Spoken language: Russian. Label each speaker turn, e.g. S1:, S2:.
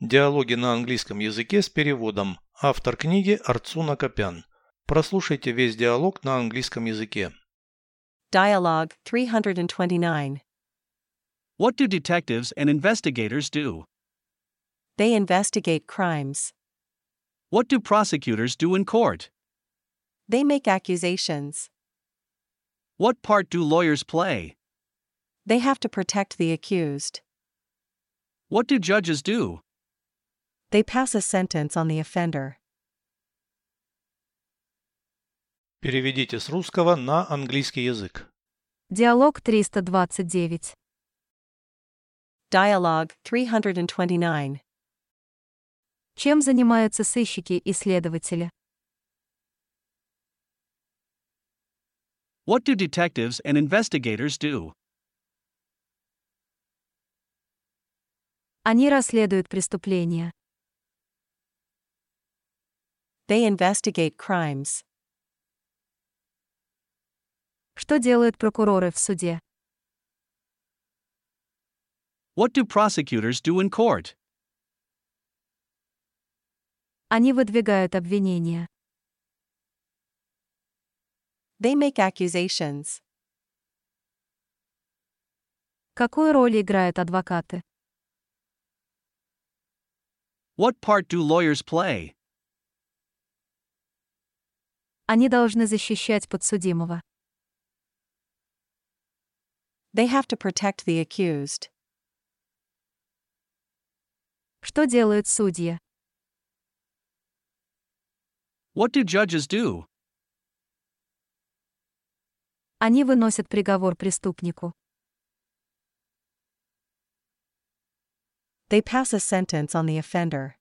S1: Диалоги на английском языке с переводом. Автор книги Арцуна Копян. Прослушайте весь диалог на английском языке.
S2: Dialogue 329.
S3: What do detectives and investigators do?
S2: They investigate crimes.
S3: What do prosecutors do in court?
S2: They make accusations.
S3: What part do lawyers play?
S2: They have to protect the accused.
S3: What do judges do?
S2: They pass a sentence on the offender.
S1: Переведите с русского на английский язык.
S4: Диалог 329.
S2: Dialogue 329.
S4: Чем занимаются сыщики и следователи?
S3: What do detectives and investigators do?
S4: Они расследуют преступления.
S2: They investigate crimes.
S4: Что делают прокуроры в суде?
S3: What do prosecutors do in court?
S4: Они выдвигают обвинения.
S2: They make accusations.
S4: Какую роль играют адвокаты?
S3: What part do lawyers play?
S4: Они должны защищать подсудимого.
S2: They have to protect the accused.
S4: Что делают судьи?
S3: What do judges do?
S4: Они выносят приговор преступнику.
S2: They pass a sentence on the offender.